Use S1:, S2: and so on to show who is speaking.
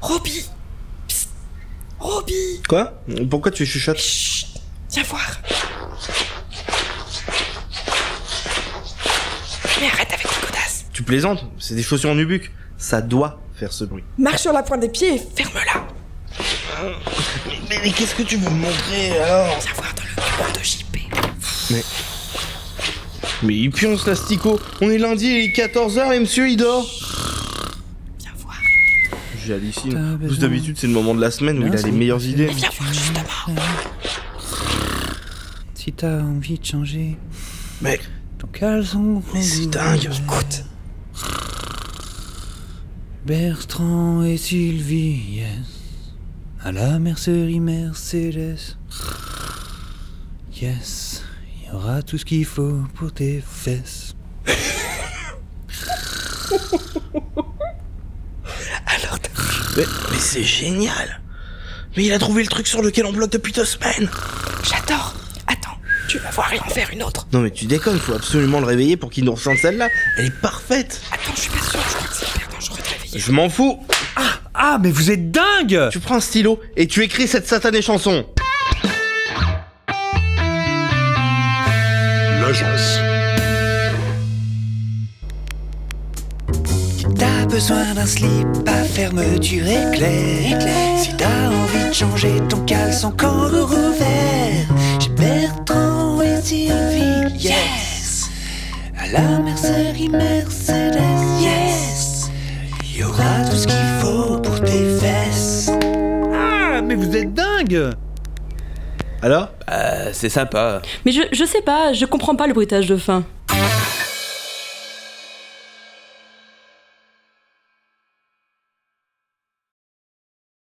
S1: Roby Psst. Roby
S2: Quoi Pourquoi tu chuchotes
S1: Chut Viens voir Mais arrête avec tes godasses
S2: Tu plaisantes C'est des chaussures en nubuck. Ça doit faire ce bruit.
S1: Marche sur la pointe des pieds et ferme-la
S2: Mais, qu'est-ce que tu veux me montrer alors
S1: Viens voir dans le bureau de JP.
S2: Mais il pionce l'astico On est lundi, il est 14h et monsieur il dort
S1: Viens voir.
S2: J'hallucine.
S3: T'as
S2: Plus
S3: besoin.
S2: d'habitude, c'est le moment de la semaine où il a les meilleures idées.
S1: Viens voir justement
S3: Si t'as envie de changer
S2: Mais,
S3: ton caleçon,
S2: mais c'est dingue
S1: Écoute
S3: Bertrand et Sylvie, yes. À la mercerie Mercedes. Yes, il y aura tout ce qu'il faut pour tes fesses.
S1: Alors t'as
S2: Mais, mais c'est génial Mais il a trouvé le truc sur lequel on bloque depuis deux semaines
S1: J'adore Attends, tu vas voir, il en faire une autre
S2: Non mais tu déconnes, faut absolument le réveiller pour qu'il nous ressente celle-là. Elle est parfaite
S1: Attends, je suis pas sûre, je crois que c'est hyper dangereux de réveiller.
S2: Je m'en fous
S3: Ah, mais vous êtes dingue
S2: Tu prends un stylo et tu écris cette satanée chanson
S4: l'agence.
S3: T'as besoin d'un slip à fermeture éclair. Si t'as envie de changer ton caleçon kangourou vert, j'ai Bertrand et Sylvie, yes. À la mercerie Mercedes, yes. Y aura tout ce qu'il faut pour tes fesses. Ah, mais vous êtes dingue
S2: Alors
S5: Euh, c'est sympa.
S6: Mais je, je sais pas, je comprends pas le bruitage de fin.